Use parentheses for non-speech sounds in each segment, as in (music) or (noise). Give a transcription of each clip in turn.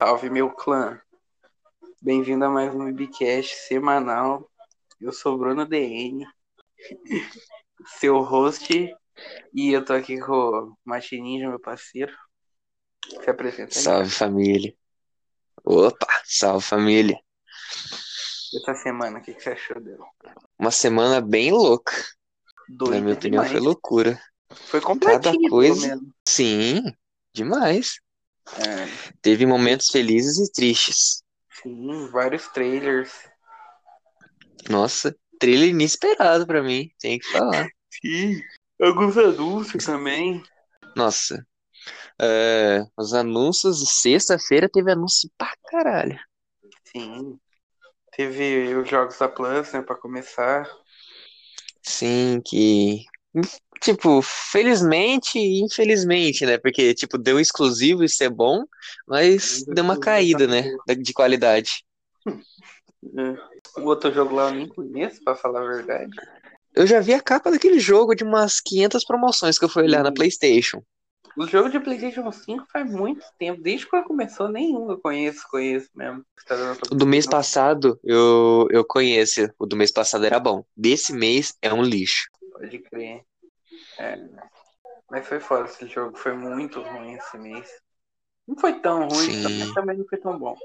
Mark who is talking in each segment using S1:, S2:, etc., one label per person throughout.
S1: Salve, meu clã. Bem-vindo a mais um Ibcast semanal. Eu sou Bruno DN, (laughs) seu host, e eu tô aqui com o Mate Ninja, meu parceiro. Se apresenta aí.
S2: Salve família. Opa, salve família.
S1: Essa semana, o que, que você achou dela?
S2: Uma semana bem louca.
S1: Doido
S2: na minha opinião,
S1: demais.
S2: foi loucura.
S1: Foi completinho,
S2: cada
S1: pelo
S2: coisa.
S1: menos.
S2: Sim, demais.
S1: É,
S2: Teve momentos felizes e tristes.
S1: sim, vários trailers.
S2: Nossa, trilha inesperado pra mim, tem que falar.
S1: Sim, alguns anúncios também.
S2: Nossa. é, os anúncios de sexta-feira teve anúncio pra caralho.
S1: Sim. Teve os jogos da Plus, né, pra começar.
S2: Sim, que. Tipo, felizmente e infelizmente, né? Porque, tipo, deu exclusivo, isso é bom, mas
S1: Ainda
S2: deu uma
S1: tem
S2: caída,
S1: muita
S2: né? da- De qualidade.
S1: É. O outro jogo lá eu nem conheço, pra falar a verdade.
S2: Eu já vi a capa daquele jogo de umas 500 promoções que eu fui olhar na
S1: Uhum.
S2: PlayStation.
S1: O jogo de PlayStation 5 faz muito tempo, desde quando começou, nenhum eu conheço, conheço mesmo. Tá dando pra-
S2: O do mês
S1: Não.
S2: passado, eu, eu conheço. O do mês passado era bom. Desse mês é um lixo.
S1: Pode crer. É. Mas foi foda esse jogo, foi muito ruim esse mês. Não foi tão ruim,
S2: Sim.
S1: mas também não foi tão bom.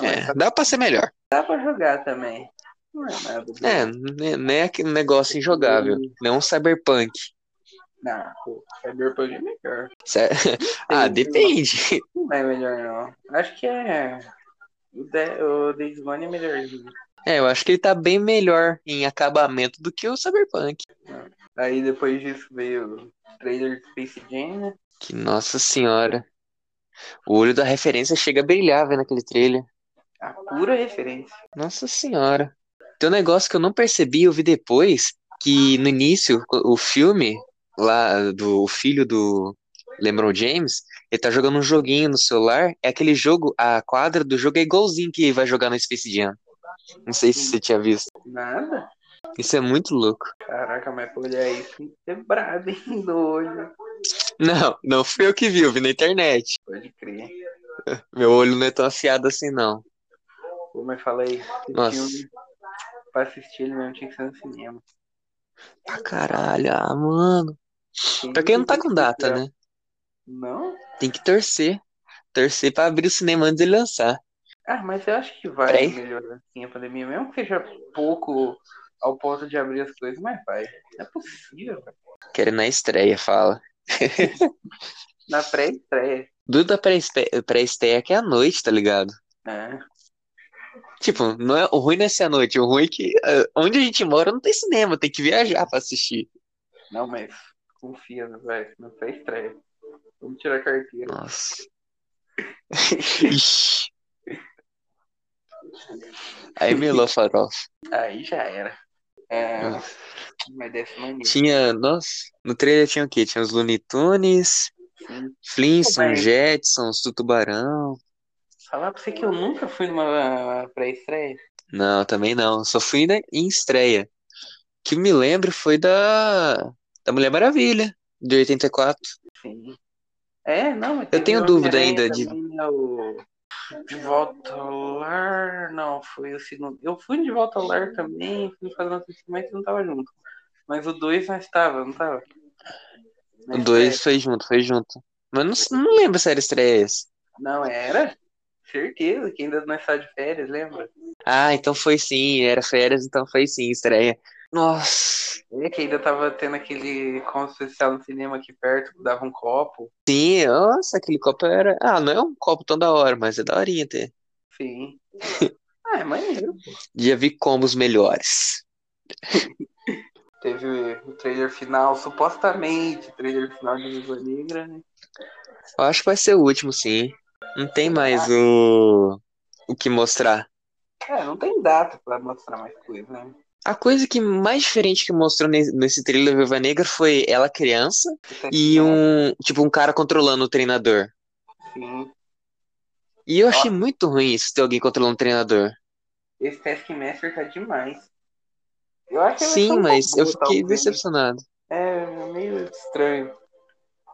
S1: Mas
S2: É, dá pra ser melhor.
S1: dá pra jogar também. Não é nada. do-
S2: É, né, né aquele negócio injogável. Não um cyberpunk.
S1: Não, pô, Cyberpunk é melhor.
S2: Ce- (laughs) Ah,
S1: Sim.
S2: depende.
S1: Não é melhor, não. Acho que é. O De- o Days Gone é melhorzinho.
S2: É, eu acho que ele tá bem melhor em acabamento do que o Cyberpunk.
S1: Aí depois disso veio o trailer de Space Jam, né?
S2: Que nossa senhora. O olho da referência chega a brilhar vendo aquele trailer.
S1: A pura referência.
S2: Nossa senhora. Tem um negócio que eu não percebi, eu vi depois, que no início, o filme lá do o filho do LeBron James, ele tá jogando um joguinho no celular, é aquele jogo, a quadra do jogo é igualzinho que ele vai jogar no Space Jam. Não sei se você tinha visto.
S1: Nada?
S2: Isso é muito louco. (laughs)
S1: Caraca, mas pra olhar isso tem que ser brabo, hein? (laughs) Do olho.
S2: Não, não fui eu que vi, eu vi na internet.
S1: Pode crer.
S2: Meu olho não é tão afiado assim, não.
S1: Pô, mas fala aí, esse
S2: Nossa.
S1: filme, pra assistir ele mesmo tinha que ser no cinema.
S2: Pra caralho, ah, mano.
S1: Tem
S2: Pra quem não tá
S1: que
S2: com
S1: ter
S2: data,
S1: especial.
S2: né?
S1: Não?
S2: Tem que torcer. Torcer pra abrir o cinema antes de lançar.
S1: Ah, mas eu acho que vai
S2: Peraí.
S1: melhorar assim a pandemia, mesmo que seja pouco ao ponto de abrir as coisas, mas vai. Não é possível, velho.
S2: Quero ir na estreia, fala.
S1: Na pré-estreia,
S2: Duro da pré-espe- pré-estreia que é à noite, tá ligado?
S1: né?
S2: Tipo, não é, o ruim não é ser à noite. O ruim é que ah, onde a gente mora não tem cinema. Tem que viajar pra assistir.
S1: Não, mas confia, velho. Na pré-estreia. Vamos tirar a carteira.
S2: Nossa. (laughs) Ixi. Aí melou a farofa.
S1: Aí já era. É, mas dessa maneira.
S2: Tinha, nossa, no trailer tinha o quê? Tinha os Looney Tunes,
S1: Sim. Tudo bem.
S2: Flintstones, Jetsons, Tutubarão.
S1: Falar pra você que eu nunca fui numa pré-estreia.
S2: Não, também não. Só fui na- em estreia. O que me lembro foi da, da Mulher Maravilha, de 84.
S1: Sim. É, não, mas
S2: Eu
S1: teve
S2: tenho
S1: o
S2: dúvida
S1: Homem-Aranha
S2: ainda de-
S1: também, né, o De volta ao lar. Não, foi o segundo. Eu fui de volta ao lar também, fui fazer uma sessão, mas não tava junto. Mas o 2 nós tava, não tava? Na
S2: O dois
S1: estreia.
S2: foi junto, foi junto. Mas não, s- não lembro se era estreia essa.
S1: Não era? Certeza, que ainda nós tá de férias, lembra?
S2: Ah, então foi sim, era férias, então foi sim, estreia. Nossa,
S1: É que ainda tava tendo aquele conto especial no cinema aqui perto, que dava um copo.
S2: sim, nossa, aquele copo era. Ah, não é um copo tão da hora, mas é daorinha até.
S1: Sim.
S2: (laughs)
S1: Ah, é maneiro.
S2: Já vi combos melhores.
S1: Teve o trailer final, supostamente, trailer final de Viva Negra, né?
S2: Eu acho que vai ser o último, sim. Não tem mais o, o que mostrar.
S1: É, não tem data pra mostrar mais coisa, né?
S2: A coisa que mais diferente que mostrou ne- nesse trailer da Viva Negra foi ela criança
S1: é
S2: e um, tipo, um cara controlando o treinador.
S1: Sim.
S2: E eu achei muito ruim isso, ter alguém controlando o treinador.
S1: Esse Taskmaster tá demais. Eu acho que ele
S2: Sim,
S1: foi um
S2: mas eu
S1: robô,
S2: fiquei
S1: talvez.
S2: decepcionado.
S1: É, meio estranho.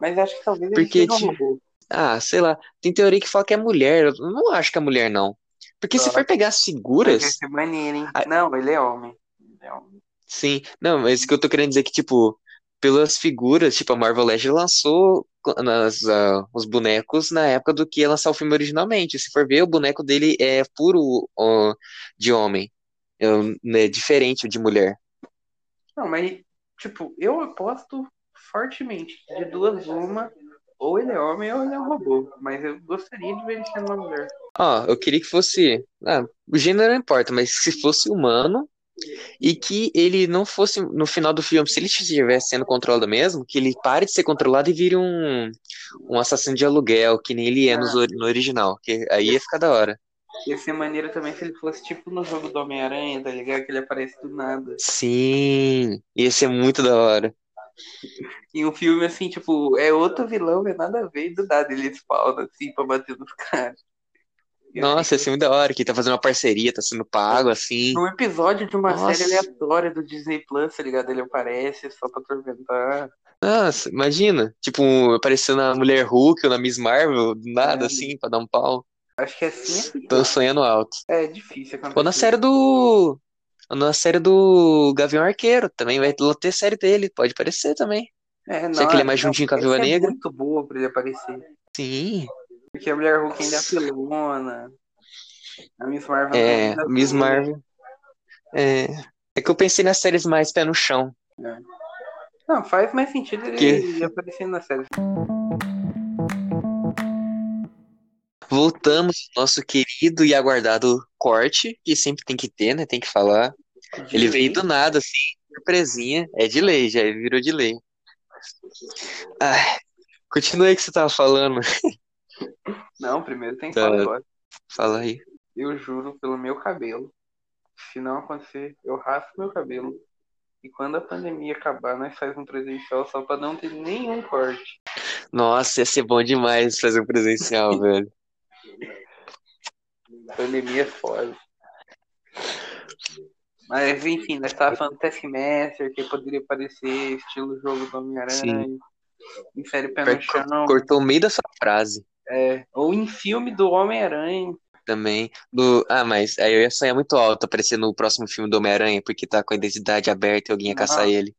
S1: Mas acho que talvez ele
S2: Porque,
S1: seja um
S2: tipo,
S1: robô.
S2: Ah, sei lá. Tem teoria que fala que é mulher. Eu não acho que é mulher, não. Porque se
S1: Não.
S2: for pegar as
S1: Vai
S2: figuras.
S1: ser é maneiro, hein?
S2: Ah.
S1: Não, ele é homem. Ele é homem.
S2: Sim, não, mas o que eu tô querendo dizer é que, tipo, pelas figuras, tipo, a Marvel Legends lançou co- nas, ah, os bonecos na época do que ia lançar o filme originalmente. Se for ver, o boneco dele é puro ó, de homem, é um, né, diferente de mulher.
S1: Não, mas, tipo, eu aposto fortemente que de duas, uma, ou ele é homem ou ele é um robô. Mas eu gostaria de ver ele sendo uma mulher.
S2: Ó, eu queria que fosse. Ah, o gênero não importa, mas se fosse humano e que ele não fosse, no final do filme, se ele estivesse sendo controlado mesmo, que ele pare de ser controlado e vire um, um assassino de aluguel, que nem ele é nos ori- no original, que aí ia ficar da hora.
S1: Ia ser maneiro também se ele fosse tipo no jogo do Homem-Aranha, tá ligado? Que ele aparece do nada.
S2: Sim, ia ser muito da hora.
S1: E um filme assim, tipo, é outro vilão, é nada a ver, e do nada ele spawna assim pra bater nos caras. Ia
S2: Nossa, ia
S1: ser-
S2: ser muito da hora, que tá fazendo uma parceria, tá sendo pago, assim.
S1: Num um episódio de uma
S2: Nossa.
S1: série aleatória do Disney Plus, tá ligado? Ele aparece só pra atormentar.
S2: Nossa, imagina, tipo, um- aparecendo na Mulher Hulk ou na Miss Marvel, do nada,
S1: É.
S2: assim, pra dar um pau.
S1: Acho que assim
S2: Tô sonhando alto.
S1: é, é difícil acontecer.
S2: Ou na série do... Ou na série do Gavião Arqueiro, também vai ter série dele, pode aparecer também.
S1: É, não,
S2: Será que ele é mais
S1: não,
S2: juntinho com a
S1: essa
S2: Viúva
S1: é
S2: Negra?
S1: muito boa pra ele aparecer.
S2: Sim,
S1: Porque a Mulher Hulk ainda é pilona. A Miss Marvel
S2: é,
S1: ainda
S2: Miss
S1: azul, né?
S2: Marvel. É, é que eu pensei nas séries mais pé no chão.
S1: Não, faz mais sentido ele aparecer na série.
S2: Voltamos ao nosso querido e aguardado corte, que sempre tem que ter, né? Tem que falar.
S1: De
S2: Ele veio
S1: lei.
S2: do nada, assim, surpresinha. É de lei, já virou de lei. Ai, continua aí que você tava falando.
S1: Não, primeiro tem que
S2: Tá.
S1: falar agora.
S2: Fala aí.
S1: Eu juro pelo meu cabelo. Se não acontecer, eu raspo meu cabelo. E quando a pandemia acabar, nós fazemos um presencial só pra não ter nenhum corte.
S2: Nossa, ia ser bom demais fazer um presencial, velho.
S1: Pandemia é foda. Mas enfim, nós tava falando do Taskmaster, que poderia aparecer, estilo jogo do Homem-Aranha, em série pé no
S2: Pior que
S1: chão,
S2: cor- Cortou o meio da sua frase
S1: é, ou em filme do Homem-Aranha.
S2: também. Do... Ah, mas aí eu ia sonhar muito alto aparecer no próximo filme do Homem-Aranha, porque tá com a identidade aberta e alguém ia caçar
S1: Não.
S2: ele.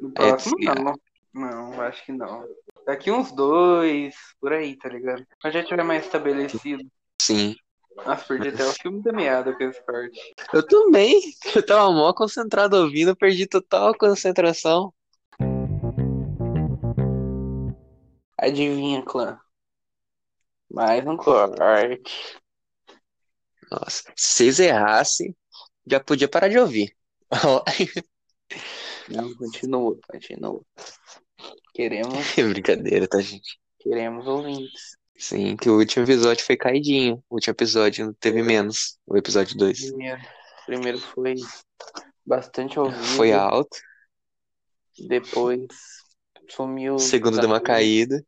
S1: No
S2: Aí eu
S1: próximo,
S2: ia-
S1: não. Não, acho que não. Daqui uns dois, por aí, tá ligado? Quando já tiver mais estabelecido.
S2: Sim.
S1: Nossa, perdi até o filme da meada com esse corte.
S2: Eu também. (laughs) Eu tava mó concentrado ouvindo, eu perdi total concentração.
S1: Adivinha, clã? Mais um corte.
S2: Nossa, se vocês errassem, já podia parar de ouvir. (laughs) Ó,
S1: Não, continua, continua. Queremos,
S2: que brincadeira, tá, gente?
S1: queremos ouvintes.
S2: Sim, que o último episódio foi caidinho. O último episódio não teve menos. O episódio 2
S1: Primeiro, primeiro foi bastante ouvido.
S2: foi alto,
S1: Depois sumiu. tá
S2: o segundo deu uma caída.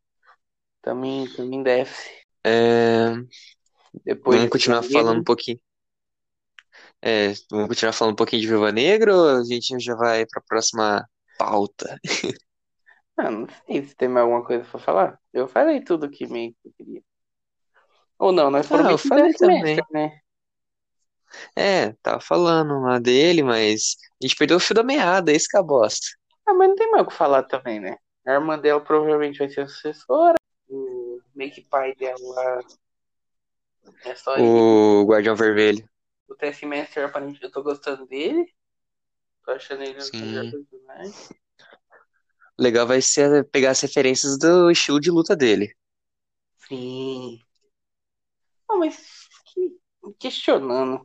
S1: Também, também déficit.
S2: É,
S1: Depois
S2: Vamos
S1: de
S2: continuar
S1: Viúva
S2: falando um
S1: Negra,
S2: pouquinho. É, vamos continuar falando um pouquinho de Viúva Negra ou a gente já vai pra próxima pauta?
S1: Ah, não sei se tem mais alguma coisa pra falar. Eu falei tudo que meio que eu queria. Ou não, nós falamos
S2: Ah, eu
S1: de
S2: falei
S1: Taskmaster, né?
S2: É, tava falando lá dele, mas a gente perdeu o fio da meada, esse que é a bosta.
S1: Ah, mas não tem mais o que falar também, né? A irmã dela provavelmente vai ser a sucessora.
S2: Hum,
S1: O meio que pai dela é só ele.
S2: O Guardião Vermelho.
S1: O Taskmaster, aparentemente, eu tô gostando dele. Tô achando ele um
S2: Sim.
S1: melhor personagem.
S2: Legal vai ser pegar as referências do estilo de luta dele.
S1: Sim. Não, mas que- questionando.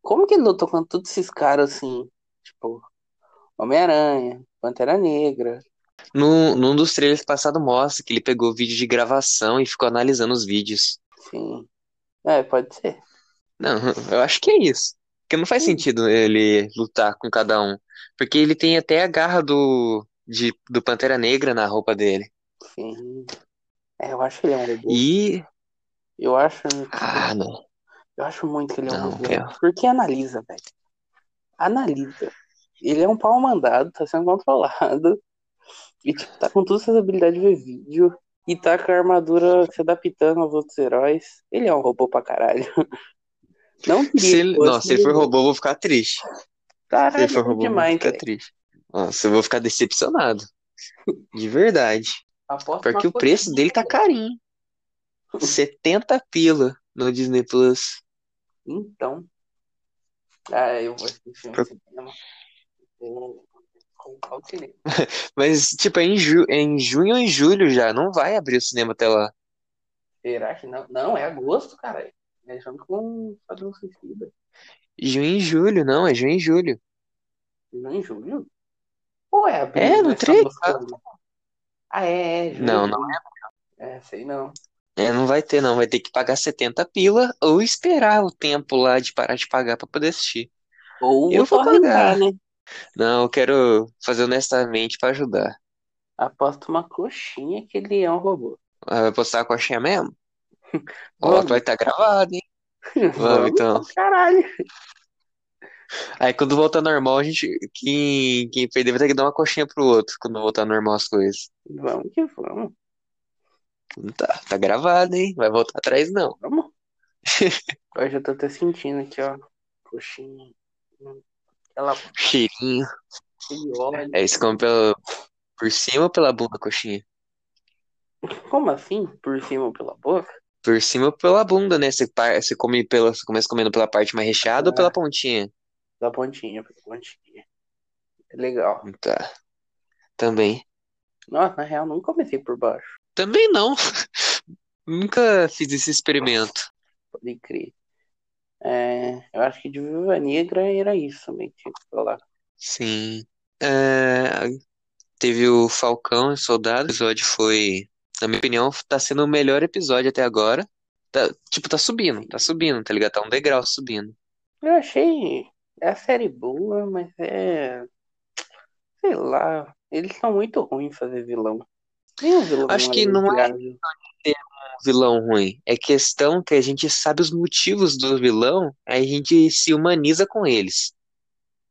S1: Como que ele lutou com todos esses caras assim? Tipo, Homem-Aranha, Pantera Negra.
S2: Num, num dos trailers passado mostra que ele pegou vídeo de gravação e ficou analisando os vídeos.
S1: Sim. É, pode ser.
S2: Não, (laughs) eu acho que é isso. Porque não faz
S1: Sim.
S2: sentido ele lutar com cada um. Porque ele tem até a garra do, de- do Pantera Negra na roupa dele.
S1: Sim. É, eu acho que ele é um robô.
S2: E.
S1: Eu acho,
S2: Ah, não.
S1: eu acho muito que ele é um
S2: Não,
S1: robô.
S2: eu-
S1: Porque analisa, velho. Analisa. Ele é um pau mandado, tá sendo controlado. E, tipo, tá com todas essas habilidades de ver vídeo. e tá com a armadura se adaptando aos outros heróis. Ele é um robô pra caralho. (laughs) Não queria
S2: Se
S1: que
S2: ele,
S1: fosse,
S2: não, se ele for robô, eu vou ficar triste. Se
S1: Caralho,
S2: ele for robô, eu vou
S1: demais,
S2: ficar
S1: velho.
S2: triste. Nossa, eu vou ficar
S1: (laughs)
S2: decepcionado. De verdade.
S1: Aposto uma
S2: Porque o
S1: coisa.
S2: preço dele tá carinho. 70 pila no Disney Plus.
S1: Então. Ah, eu vou assistir filme no cinema. É, Eu- Com cautelê.
S2: Mas, tipo, é em, ju- é em junho e julho já. Não vai abrir o cinema até lá.
S1: Será que não? Não, é agosto, cara. É junto com Padrão Suicida.
S2: Junho e julho, não, é junho e julho.
S1: Não em julho? Ou é abril?
S2: É, no
S1: essa
S2: trailer.
S1: moscada? Ah, é, é julho.
S2: Não, não
S1: É, sei não.
S2: É, não vai ter, não. Vai ter que pagar 70 pila ou esperar o tempo lá de parar de pagar pra poder assistir.
S1: Ou
S2: Eu vou
S1: torrentar,
S2: pagar.
S1: né?
S2: Não, eu quero fazer honestamente pra ajudar.
S1: Aposto uma coxinha que ele é um robô. (laughs)
S2: Ah, Vai postar a coxinha mesmo? Ó, vai estar gravado, hein? Vamos, então.
S1: Caralho.
S2: Aí quando voltar normal, a gente. Quem, quem perder vai ter que dar uma coxinha pro outro quando voltar normal as coisas.
S1: Vamos que vamos.
S2: Não Tá, tá gravado, hein? Vai voltar atrás, não. (laughs)
S1: Vamos. Hoje eu tô até sentindo aqui, ó. Coxinha. Hum, Ela
S2: É. Cheirinho.
S1: ele olha.
S2: É, isso come pela- por cima ou pela bunda, coxinha?
S1: Como assim? Por cima ou pela boca?
S2: Por cima ou pela bunda, né? Você, par- você come pela... você começa comendo pela parte mais recheada ou pela pontinha?
S1: Da pontinha, da pontinha. É Legal.
S2: Tá. Também.
S1: Nossa, na real, não comecei por baixo.
S2: Também não. (laughs) Nunca fiz esse experimento.
S1: Pode crer. É, eu acho que de Viva Negra era isso também que tinha que falar.
S2: Sim. É, Teve o Falcão e o Soldado. O episódio foi, na minha opinião, tá sendo o melhor episódio até agora. Tá, tipo, tá subindo, tá subindo, tá ligado? Tá um degrau subindo.
S1: Eu achei é a série boa, mas é. Sei lá. Eles são muito ruins em fazer vilão. Nem o vilão
S2: Acho que não é-
S1: odiável.
S2: Um vilão ruim. É questão que a gente sabe os motivos do vilão, aí a gente se humaniza com eles.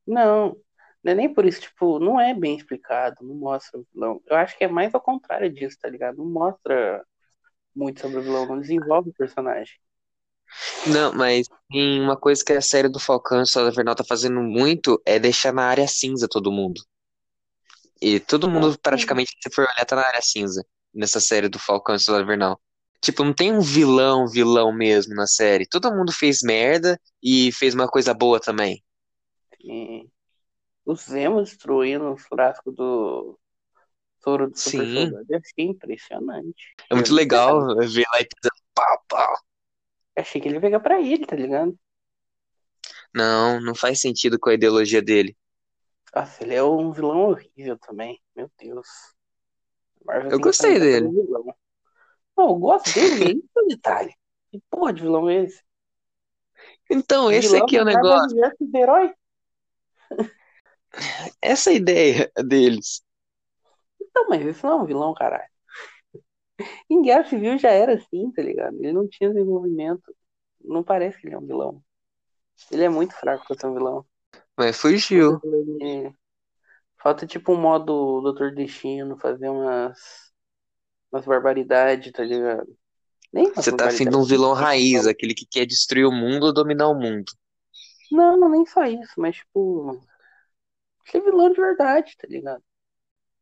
S1: Não, não é nem por isso, tipo, não é bem explicado, não mostra o vilão. Eu acho que é mais ao contrário disso, tá ligado? Não mostra muito sobre o vilão, não desenvolve o personagem.
S2: Não, mas tem uma coisa que a série do Falcão e o Soldado Invernal tá fazendo muito é deixar na área cinza todo mundo. E todo mundo, praticamente, se for olhar, tá na área cinza. Nessa série do Falcão e o Soldado Invernal. Tipo, não tem um vilão, vilão mesmo na série. Todo mundo fez merda e fez uma coisa boa também.
S1: E o Zemo destruindo o frasco do soro do Super
S2: Sim.
S1: Soldado. Eu achei impressionante.
S2: É muito legal ver lá e pisando pau, pau.
S1: Eu achei que ele ia pegar pra ele, tá ligado?
S2: Não, não faz sentido com a ideologia dele.
S1: Nossa, ele é um vilão horrível também. Meu Deus. A Marvel
S2: Eu
S1: tem que
S2: gostei
S1: aprender a
S2: dele.
S1: fazer um vilão. Não, eu gosto dele, é isso o detalhe. Que porra de vilão é esse?
S2: Então, esse
S1: Vilão
S2: aqui é o
S1: nada
S2: negócio.
S1: melhor que os heróis.
S2: Essa é a ideia (laughs) deles.
S1: Não, mas isso não é um vilão, caralho. Em Guerra Civil já era assim, tá ligado? Ele não tinha desenvolvimento. Não parece que ele é um vilão. Ele é muito fraco pra ser um vilão.
S2: Mas fugiu.
S1: Ele- Falta tipo um modo Doutor Destino, fazer umas, umas barbaridades, tá ligado? Nem umas
S2: Você tá afim de um
S1: barbaridades.
S2: vilão raiz, aquele que quer destruir o mundo ou dominar o mundo.
S1: Não, não, nem só isso, mas tipo. Ser vilão de verdade, tá ligado?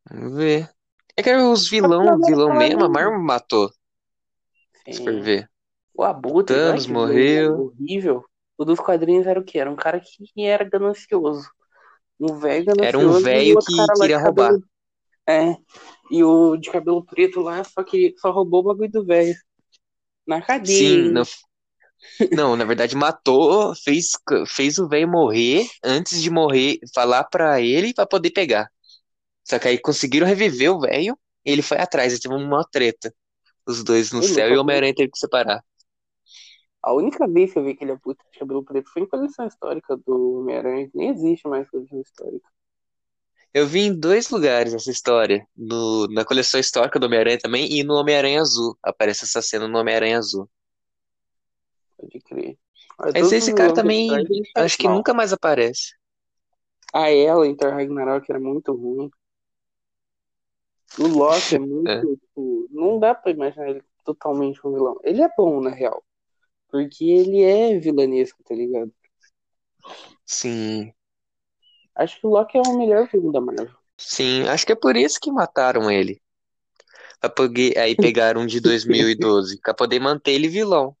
S2: Vamos ver. É que os vilão, vilão mesmo, a Marvel matou. Se for
S1: Sim.
S2: ver.
S1: O Abutre, olha
S2: Thanos
S1: que vilão
S2: morreu.
S1: horrível. O dos quadrinhos era o quê? Era um cara que (laughs) era ganancioso. Um velho ganancioso.
S2: Era um
S1: e
S2: velho
S1: outro
S2: que
S1: cara lá
S2: queria
S1: de cabelo- É. E o de cabelo preto lá, só que só roubou o bagulho do velho. Na cadeia.
S2: Sim,
S1: hein?
S2: não, não, na verdade matou, fez, fez o velho morrer antes de morrer, falar pra ele pra poder pegar. Só que aí conseguiram reviver o velho, ele foi atrás, e teve uma treta. Os dois no
S1: Ele
S2: céu
S1: nunca
S2: e o
S1: foi.
S2: Homem-Aranha teve que separar.
S1: A única vez que eu vi aquele Abutre de cabelo preto foi em coleção histórica do Homem-Aranha. Nem existe mais coleção histórica.
S2: Eu vi em dois lugares essa história, no, na coleção histórica do Homem-Aranha também e no Homem-Aranha Azul. Aparece essa cena no Homem-Aranha Azul.
S1: Pode crer.
S2: Mas esse cara também, acho que
S1: nunca.
S2: nunca mais aparece.
S1: A ela em Thor Ragnarok era muito ruim. O
S2: (laughs)
S1: Loki é muito. tipo, não dá pra imaginar ele totalmente um vilão. Ele é bom, na real. Porque ele é vilanesco, tá ligado?
S2: Sim,
S1: Acho que o Loki é o melhor filme da Marvel.
S2: sim. Acho que é por isso que mataram ele. Pra
S1: (laughs)
S2: poder- Aí pegaram um de 2012, pra poder manter ele vilão.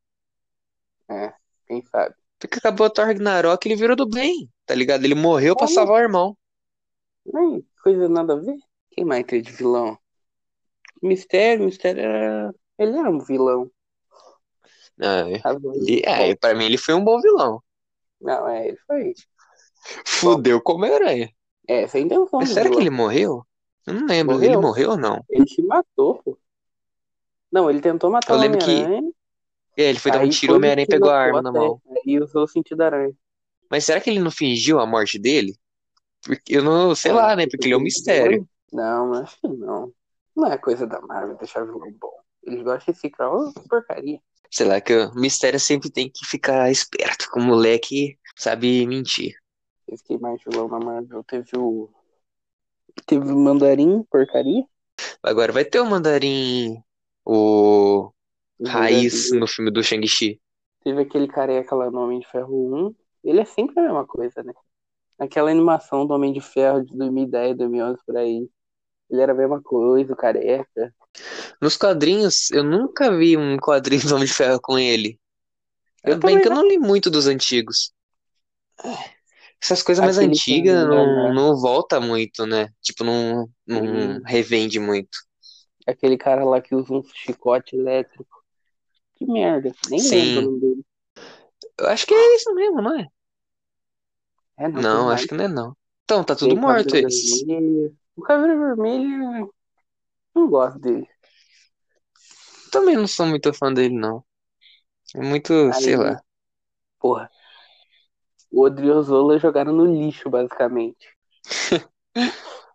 S1: É, quem sabe?
S2: Porque acabou Thor Ragnarok, ele virou do bem, tá ligado? Ele morreu pra
S1: Olha.
S2: salvar o irmão.
S1: Ai, coisa nada a ver. Quem mais tem de vilão? Mistério, Mistério era. Ele era um vilão.
S2: Ah,
S1: tá vendo?
S2: ele, é, pra mim ele foi um bom vilão.
S1: Não, é, ele foi.
S2: Fudeu como aranha.
S1: É, sem intenção.
S2: Mas
S1: de
S2: será que
S1: vilão.
S2: ele morreu? Eu não lembro.
S1: Morreu.
S2: Ele morreu ou não?
S1: Ele te matou, pô. Não, ele tentou matar
S2: Eu
S1: o
S2: lembro que
S1: Homem-Aranha.
S2: É, ele foi dar um
S1: aí
S2: tiro, o
S1: foi
S2: Homem-Aranha
S1: e
S2: pegou a
S1: matou
S2: arma na mão.
S1: aranha, E usou o sentido da aranha.
S2: Mas será que ele não fingiu a morte dele? Porque eu não, sei lá, né? Porque ele é um mistério.
S1: Não, acho que não. Não é coisa da Marvel deixar vilão bom. Eles gostam de ficar, ô, porcaria.
S2: Sei lá, que o mistério sempre tem que ficar esperto com o moleque, sabe mentir.
S1: Esse que mais vilão na Marvel teve o. Teve o Mandarim, porcaria.
S2: Agora vai ter o Mandarim, o Raiz no filme do Shang-Chi.
S1: Teve aquele careca lá no Homem de Ferro 1. Ele é sempre a mesma coisa, né? Naquela animação do Homem de Ferro de 2010, 2011 por aí. Ele era a mesma coisa, o careca.
S2: Nos quadrinhos, eu nunca vi um quadrinho do Homem de Ferro com ele.
S1: Eu
S2: Eu bem
S1: também
S2: que eu não li muito dos antigos. Essas coisas mais
S1: Aquele
S2: antigas
S1: filme lá,
S2: não, não volta muito, né? Tipo, não, não
S1: Hum.
S2: revende muito.
S1: Aquele cara lá que usa um chicote elétrico. Que merda. Nem
S2: Sim.
S1: lembro o nome dele.
S2: Eu acho que é isso mesmo, não é?
S1: É,
S2: Não,
S1: tem mais.
S2: acho que não é não. Então, tá
S1: Tem
S2: tudo morto
S1: Caveira
S2: esses.
S1: Vermelha. O Caveira Vermelho, não gosto dele. né?
S2: Também não sou muito fã dele, não. É muito, sei
S1: Aí,
S2: lá.
S1: Porra. O Odriozola jogaram no lixo,
S2: (laughs)
S1: basicamente.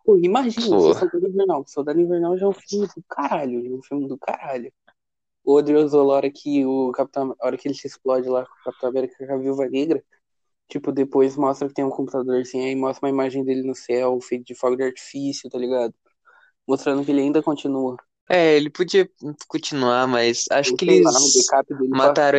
S1: Pô, imagina,
S2: Pô.
S1: Pô. Soldado Invernal. Soldado Invernal já é um filme do caralho. Já é um filme do caralho. O Odriozola, a hora que o Capitão... A hora que ele se explode lá com o Capitão América com a Viúva Negra, tipo, depois mostra que tem um computadorzinho aí, mostra uma imagem dele no céu, feito de fogo de artifício, tá ligado? Mostrando que ele ainda continua.
S2: É, ele podia continuar, mas acho que
S1: Sei
S2: eles
S1: lá, o backup dele
S2: mataram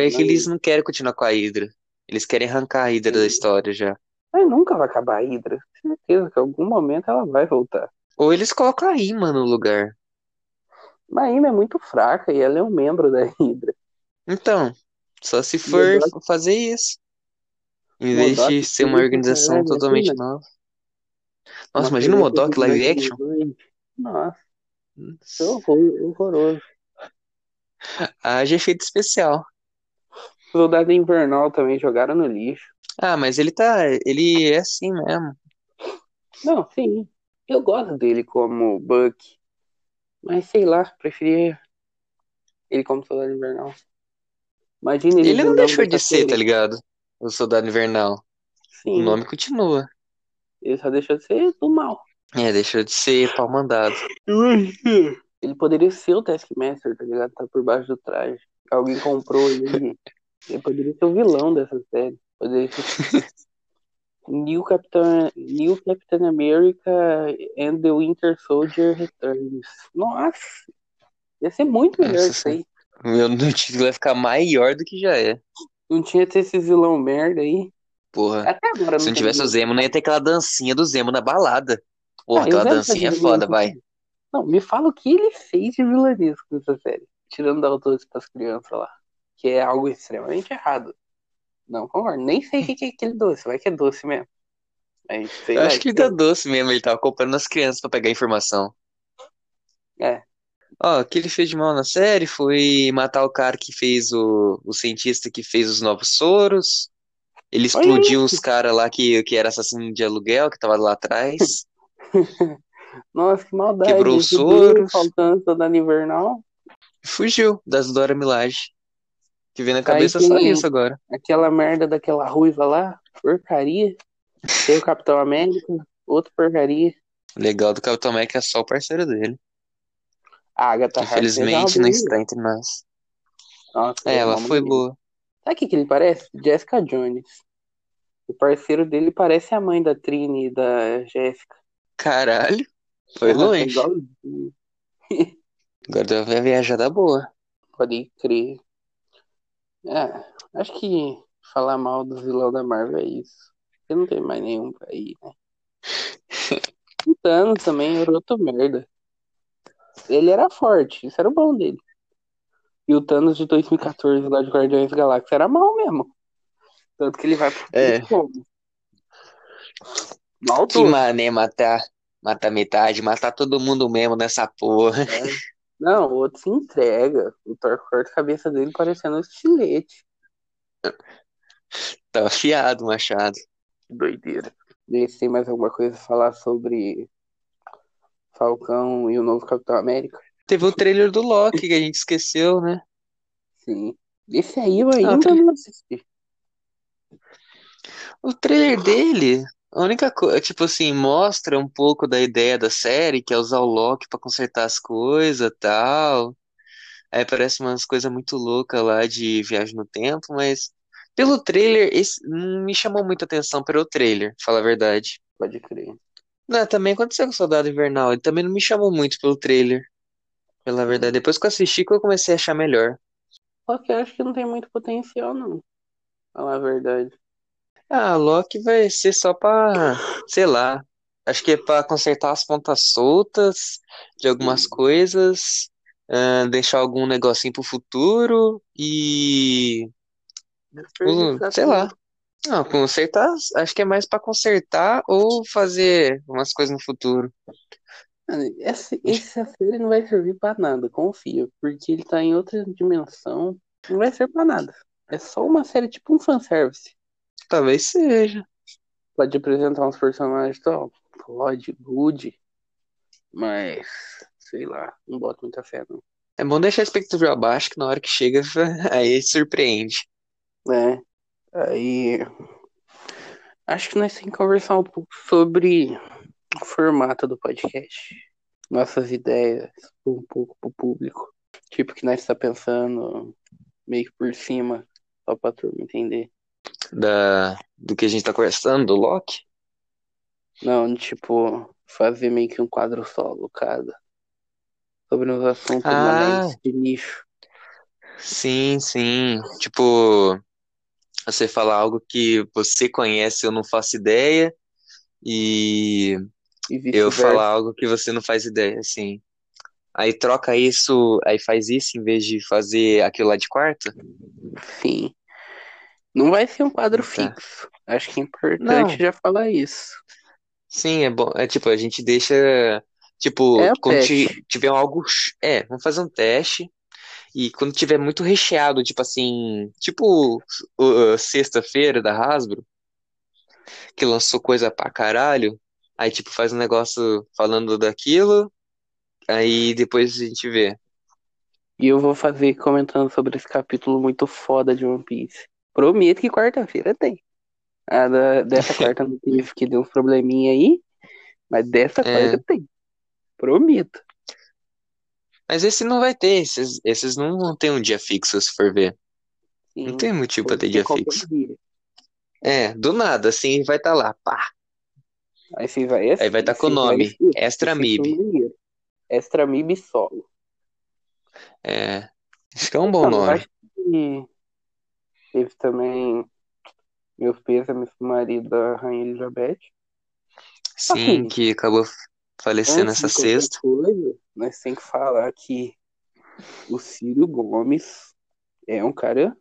S1: passa-
S2: ele que eles não querem continuar com a Hydra. Eles querem arrancar a Hydra da história já.
S1: Mas nunca vai acabar a Hydra. Certeza que em algum momento ela vai voltar.
S2: Ou eles colocam a Ima no lugar.
S1: Mas a Hydra é muito fraca e ela é um membro da Hydra.
S2: Então, só se for
S1: Modok-
S2: fazer isso. Em vez
S1: Modok
S2: de ser uma
S1: fez,
S2: organização
S1: caralho,
S2: totalmente
S1: imagina.
S2: nova.
S1: assim, né? Uma
S2: Nossa, imagina o
S1: coisa
S2: Modok
S1: que
S2: live
S1: Black
S2: action.
S1: Widow- Nossa, que horror, horroroso.
S2: Haja efeito especial.
S1: Soldado Invernal também jogaram no lixo.
S2: Ah, mas ele tá. Ele é assim mesmo.
S1: Não, sim. Eu gosto dele como Buck. Mas sei lá, preferia ele como Soldado Invernal. Imagina ele.
S2: Ele não
S1: vilão
S2: deixou de
S1: dessa
S2: ser,
S1: série.
S2: tá ligado? O Soldado Invernal. O
S1: Sim,
S2: nome continua.
S1: ele só deixou de ser do mal.
S2: É, deixou de ser pau mandado.
S1: Ele poderia ser o Taskmaster, tá ligado? Tá por baixo do traje. Alguém comprou ele. Ele poderia ser o vilão dessa série. Poderia ser. (laughs) New Capitão, New Captain America and the Winter Soldier Returns. Nossa! Ia ser muito melhor
S2: Nossa
S1: isso aí.
S2: Meu meu título vai ficar maior do que já é.
S1: Não tinha ter esse vilão merda aí.
S2: Porra.
S1: Até agora não
S2: Se não
S1: tem
S2: tivesse o
S1: vilão.
S2: Zemo, não ia ter aquela dancinha do Zemo na balada. Porra,
S1: Ah, eu
S2: aquela
S1: já
S2: dancinha é
S1: sabia, né?
S2: foda, vai.
S1: Não, me fala o que ele fez de vilanesco nessa série. Tirando da autópsia das crianças lá. Que é algo extremamente errado. Não concordo. Nem sei o que que é aquele doce. Vai que é doce mesmo. Mas, sei
S2: Eu
S1: lá,
S2: acho que ele tá doce mesmo, ele tava comprando as crianças pra pegar informação.
S1: É.
S2: Ó, o que ele fez de mal na série foi matar o cara que fez o, o cientista que fez os novos soros. Ele
S1: Olha
S2: explodiu os caras lá que, que era assassino de aluguel, que tava lá atrás.
S1: Nossa, que maldade.
S2: Quebrou os
S1: Esse
S2: soros.
S1: Deus Faltando da Invernal.
S2: Fugiu das Dora Milaje. Que vem na cabeça
S1: tem-
S2: só isso agora.
S1: Aquela merda daquela ruiva lá. Porcaria. Tem o Capitão América. Outro porcaria.
S2: O legal do Capitão América é só o parceiro dele.
S1: A Agatha
S2: Que
S1: Harkness é uma
S2: infelizmente não
S1: menina.
S2: está entre nós.
S1: Nossa,
S2: É,
S1: é
S2: ela
S1: uma
S2: foi
S1: menina.
S2: boa.
S1: Sabe o que, que ele parece? Jessica Jones. O parceiro dele parece a mãe da Trini e da Jéssica.
S2: Caralho, foi
S1: Ela é
S2: longe.
S1: igualzinha.
S2: Agora vai viajar da tá boa.
S1: Pode crer. É, acho que falar mal do vilão da Marvel é isso. Porque não tem mais nenhum pra ir,
S2: (laughs)
S1: né? O Thanos também era outro merda. Ele era forte, isso era o bom dele. E o Thanos de 2014 lá de Guardiões da Galáxia era mal mesmo. Tanto que ele vai pro
S2: É.
S1: como. Mal
S2: Que
S1: todo.
S2: mané né, matar. Matar metade, matar todo mundo mesmo nessa porra. (laughs)
S1: né? Não, o outro se entrega. O Thor corta a cabeça dele parecendo um estilete.
S2: Tá afiado, o machado.
S1: Doideira. E aí, você tem mais alguma coisa a falar sobre Falcão e o novo Capitão América?
S2: Teve o trailer do Loki que a gente esqueceu, né?
S1: Sim. Esse aí eu ainda
S2: tá.
S1: não assisti.
S2: O trailer dele, a única coisa, tipo assim, mostra um pouco da ideia da série, que é usar o Loki pra consertar as coisas, tal. Aí parece umas coisas muito loucas lá de viagem no tempo, mas pelo trailer, esse não me chamou muita atenção pelo trailer, falar a verdade.
S1: Pode crer.
S2: Não, também aconteceu com o Soldado Invernal, ele também não me chamou muito pelo trailer, pela verdade. Depois que eu assisti que eu comecei a achar melhor.
S1: Só que eu acho que não tem muito potencial, não. Falar a verdade.
S2: Ah, Loki vai ser só pra, sei lá, acho que é pra consertar as pontas soltas de algumas coisas, ah, deixar algum negocinho pro futuro e, hum, sei lá, não, consertar, acho que é mais pra consertar ou fazer umas coisas no futuro.
S1: Mano, esse, esse série não vai servir pra nada, confia. Porque ele tá em outra dimensão. Não vai ser pra nada. É só uma série tipo um fanservice.
S2: Talvez seja.
S1: Pode apresentar uns personagens tá, e tal. Pode, good. Mas, sei lá, não boto muita fé, não.
S2: É bom deixar a expectativa abaixo, que na hora que chega, (laughs) aí surpreende.
S1: Né? Aí. Acho que nós temos que conversar um pouco sobre o formato do podcast. Nossas ideias, um pouco pro público. Tipo, que nós tá pensando meio que por cima, só pra turma entender.
S2: Da, do que a gente tá conversando, do Loki.
S1: Não, tipo, fazer meio que um quadro solo, cada. Sobre uns assuntos
S2: Ah.
S1: mais de nicho.
S2: Sim, sim. Tipo, você falar algo que você conhece, eu não faço ideia, e
S1: E
S2: eu
S1: vice-versa.
S2: falar algo que você não faz ideia, assim. Aí troca isso, aí faz isso em vez de fazer aquilo lá de quarto?
S1: Sim. Não vai ser um quadro
S2: Tá.
S1: fixo. Acho que é importante
S2: Não.
S1: já falar isso.
S2: Sim, é bom. É tipo, a gente deixa. Tipo,
S1: É o
S2: quando ti-
S1: teste.
S2: tiver algo. ch- É, vamos fazer um teste. E quando tiver muito recheado, tipo assim. Tipo, uh, sexta-feira da Hasbro. que lançou coisa pra caralho. Aí, tipo, faz um negócio falando daquilo. Aí depois a gente vê.
S1: E eu vou fazer comentando sobre esse capítulo muito foda de One Piece. Prometo que quarta-feira tem. A da-
S2: (laughs)
S1: dessa quarta não teve, que deu uns probleminha aí. Mas dessa
S2: É.
S1: quarta tem. Prometo.
S2: Mas esse não vai ter. Esses, esses não vão ter um dia fixo, se for ver.
S1: Sim.
S2: Não tem motivo pra
S1: Pode
S2: ter
S1: ser
S2: dia
S1: qualquer
S2: fixo.
S1: dia.
S2: É, do nada, assim, vai tá lá. Pá.
S1: Aí você vai
S2: Aí vai tá com o
S1: você É vai
S2: nome.
S1: assistir,
S2: Extra
S1: vai ser
S2: Mib.
S1: maneiro. Extra Mib solo.
S2: É. Acho que é um bom
S1: Então, eu
S2: nome.
S1: acho que teve também meus pêsames pro marido da Rainha Elizabeth.
S2: Sim,
S1: assim,
S2: que acabou falecendo
S1: Antes
S2: essa
S1: de qualquer
S2: é sexta.
S1: coisa, nós tem que falar que o Ciro Gomes é um cara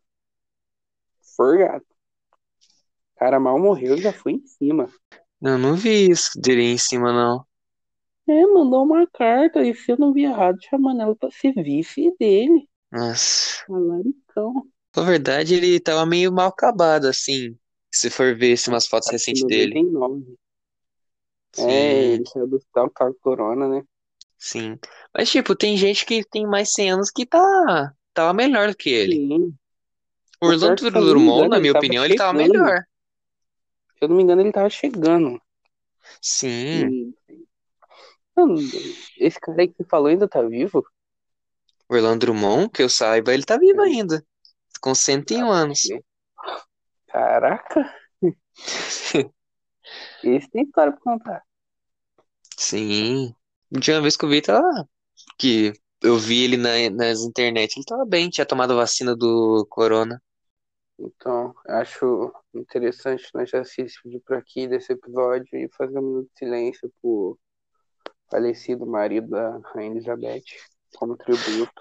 S1: forgado. O cara mal morreu, já foi em cima.
S2: Eu não vi isso, diria em cima, não.
S1: É, mandou uma carta, e se eu não vi errado, chamando ela pra ser vice dele.
S2: Nossa.
S1: Alaricão.
S2: Na verdade, ele tava meio mal acabado, assim. Se for ver assim, umas fotos recentes dele.
S1: 99. É,
S2: Sim,
S1: ele saiu do hospital com a corona, né?
S2: sim. Mas, tipo, tem gente que tem mais 100 anos que tá, tá melhor do que ele.
S1: Sim.
S2: O
S1: O pior que,
S2: Orlando
S1: se eu não me
S2: Drummond,
S1: engano,
S2: na
S1: ele
S2: minha
S1: tava
S2: opinião, ele tava
S1: chegando.
S2: melhor.
S1: Se eu não me engano, ele tava chegando.
S2: Sim,
S1: E... Mano, esse cara aí que você falou ainda tá vivo?
S2: o Orlando Drummond, que eu saiba, ele tá vivo
S1: É.
S2: ainda. Com 101 anos. (laughs)
S1: Caraca. Esse tem história pra contar.
S2: Sim. De uma vez que eu vi, tá lá. que eu vi ele na- nas internet. Ele tava bem, tinha tomado a vacina do corona.
S1: Então, acho interessante nós já se despedir por aqui desse episódio e fazer um minuto de silêncio pro falecido marido da Rainha Elizabeth, como tributo.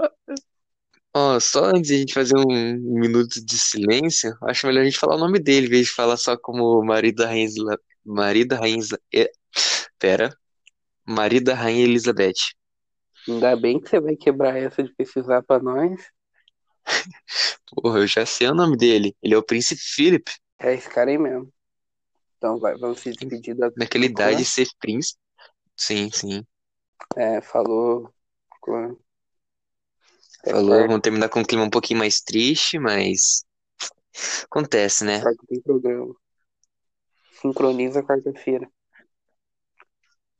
S2: Ó, só antes de a gente fazer um minuto de silêncio, acho melhor a gente falar o nome dele, em vez de falar só como marido da rainha. Isla- Marido da rainha. Isla- é, Pera. Marido da rainha Elizabeth.
S1: Ainda bem que você vai quebrar essa de pesquisar pra nós.
S2: Porra, eu já sei o nome dele. Ele é o príncipe Philip.
S1: É esse cara aí mesmo. Então, vai, vamos se despedir da
S2: Naquela
S1: do
S2: idade, ser príncipe. Sim, sim.
S1: clã. É, falou. clã. Até
S2: Falou,
S1: tarde,
S2: vamos terminar com um clima um pouquinho mais triste, mas acontece, né?
S1: tarde tem programa. Sincroniza quarta-feira.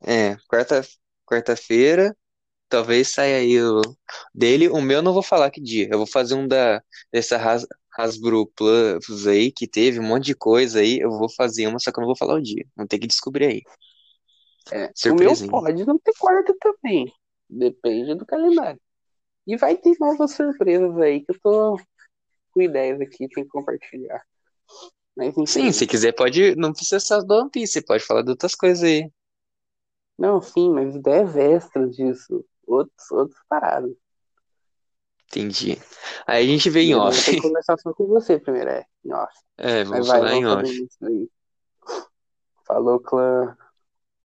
S2: É, quarta, quarta-feira, talvez saia aí o dele. O meu eu não vou falar que dia. Eu vou fazer um da dessa Has, Hasbro Plus aí que teve um monte de coisa aí. Eu vou fazer uma, só que eu não vou falar o dia. Vão ter que descobrir aí.
S1: É, o meu
S2: Surpresinha.
S1: pode não ter quarta também. Depende do calendário. E vai ter novas surpresas aí que eu tô com ideias aqui, tem que compartilhar. Mas enfim.
S2: Sim, se quiser pode, não precisa só do One Piece, pode falar de outras coisas aí.
S1: Não, sim, mas ideias extras disso. Outros, outros paradas.
S2: Entendi. Aí a gente vê em
S1: Eu
S2: off.
S1: Tem que conversar só com você primeiro, é. Em off.
S2: É,
S1: Mas
S2: vamos
S1: vai,
S2: falar em
S1: vamos
S2: off.
S1: fazer isso aí. Falou, clã.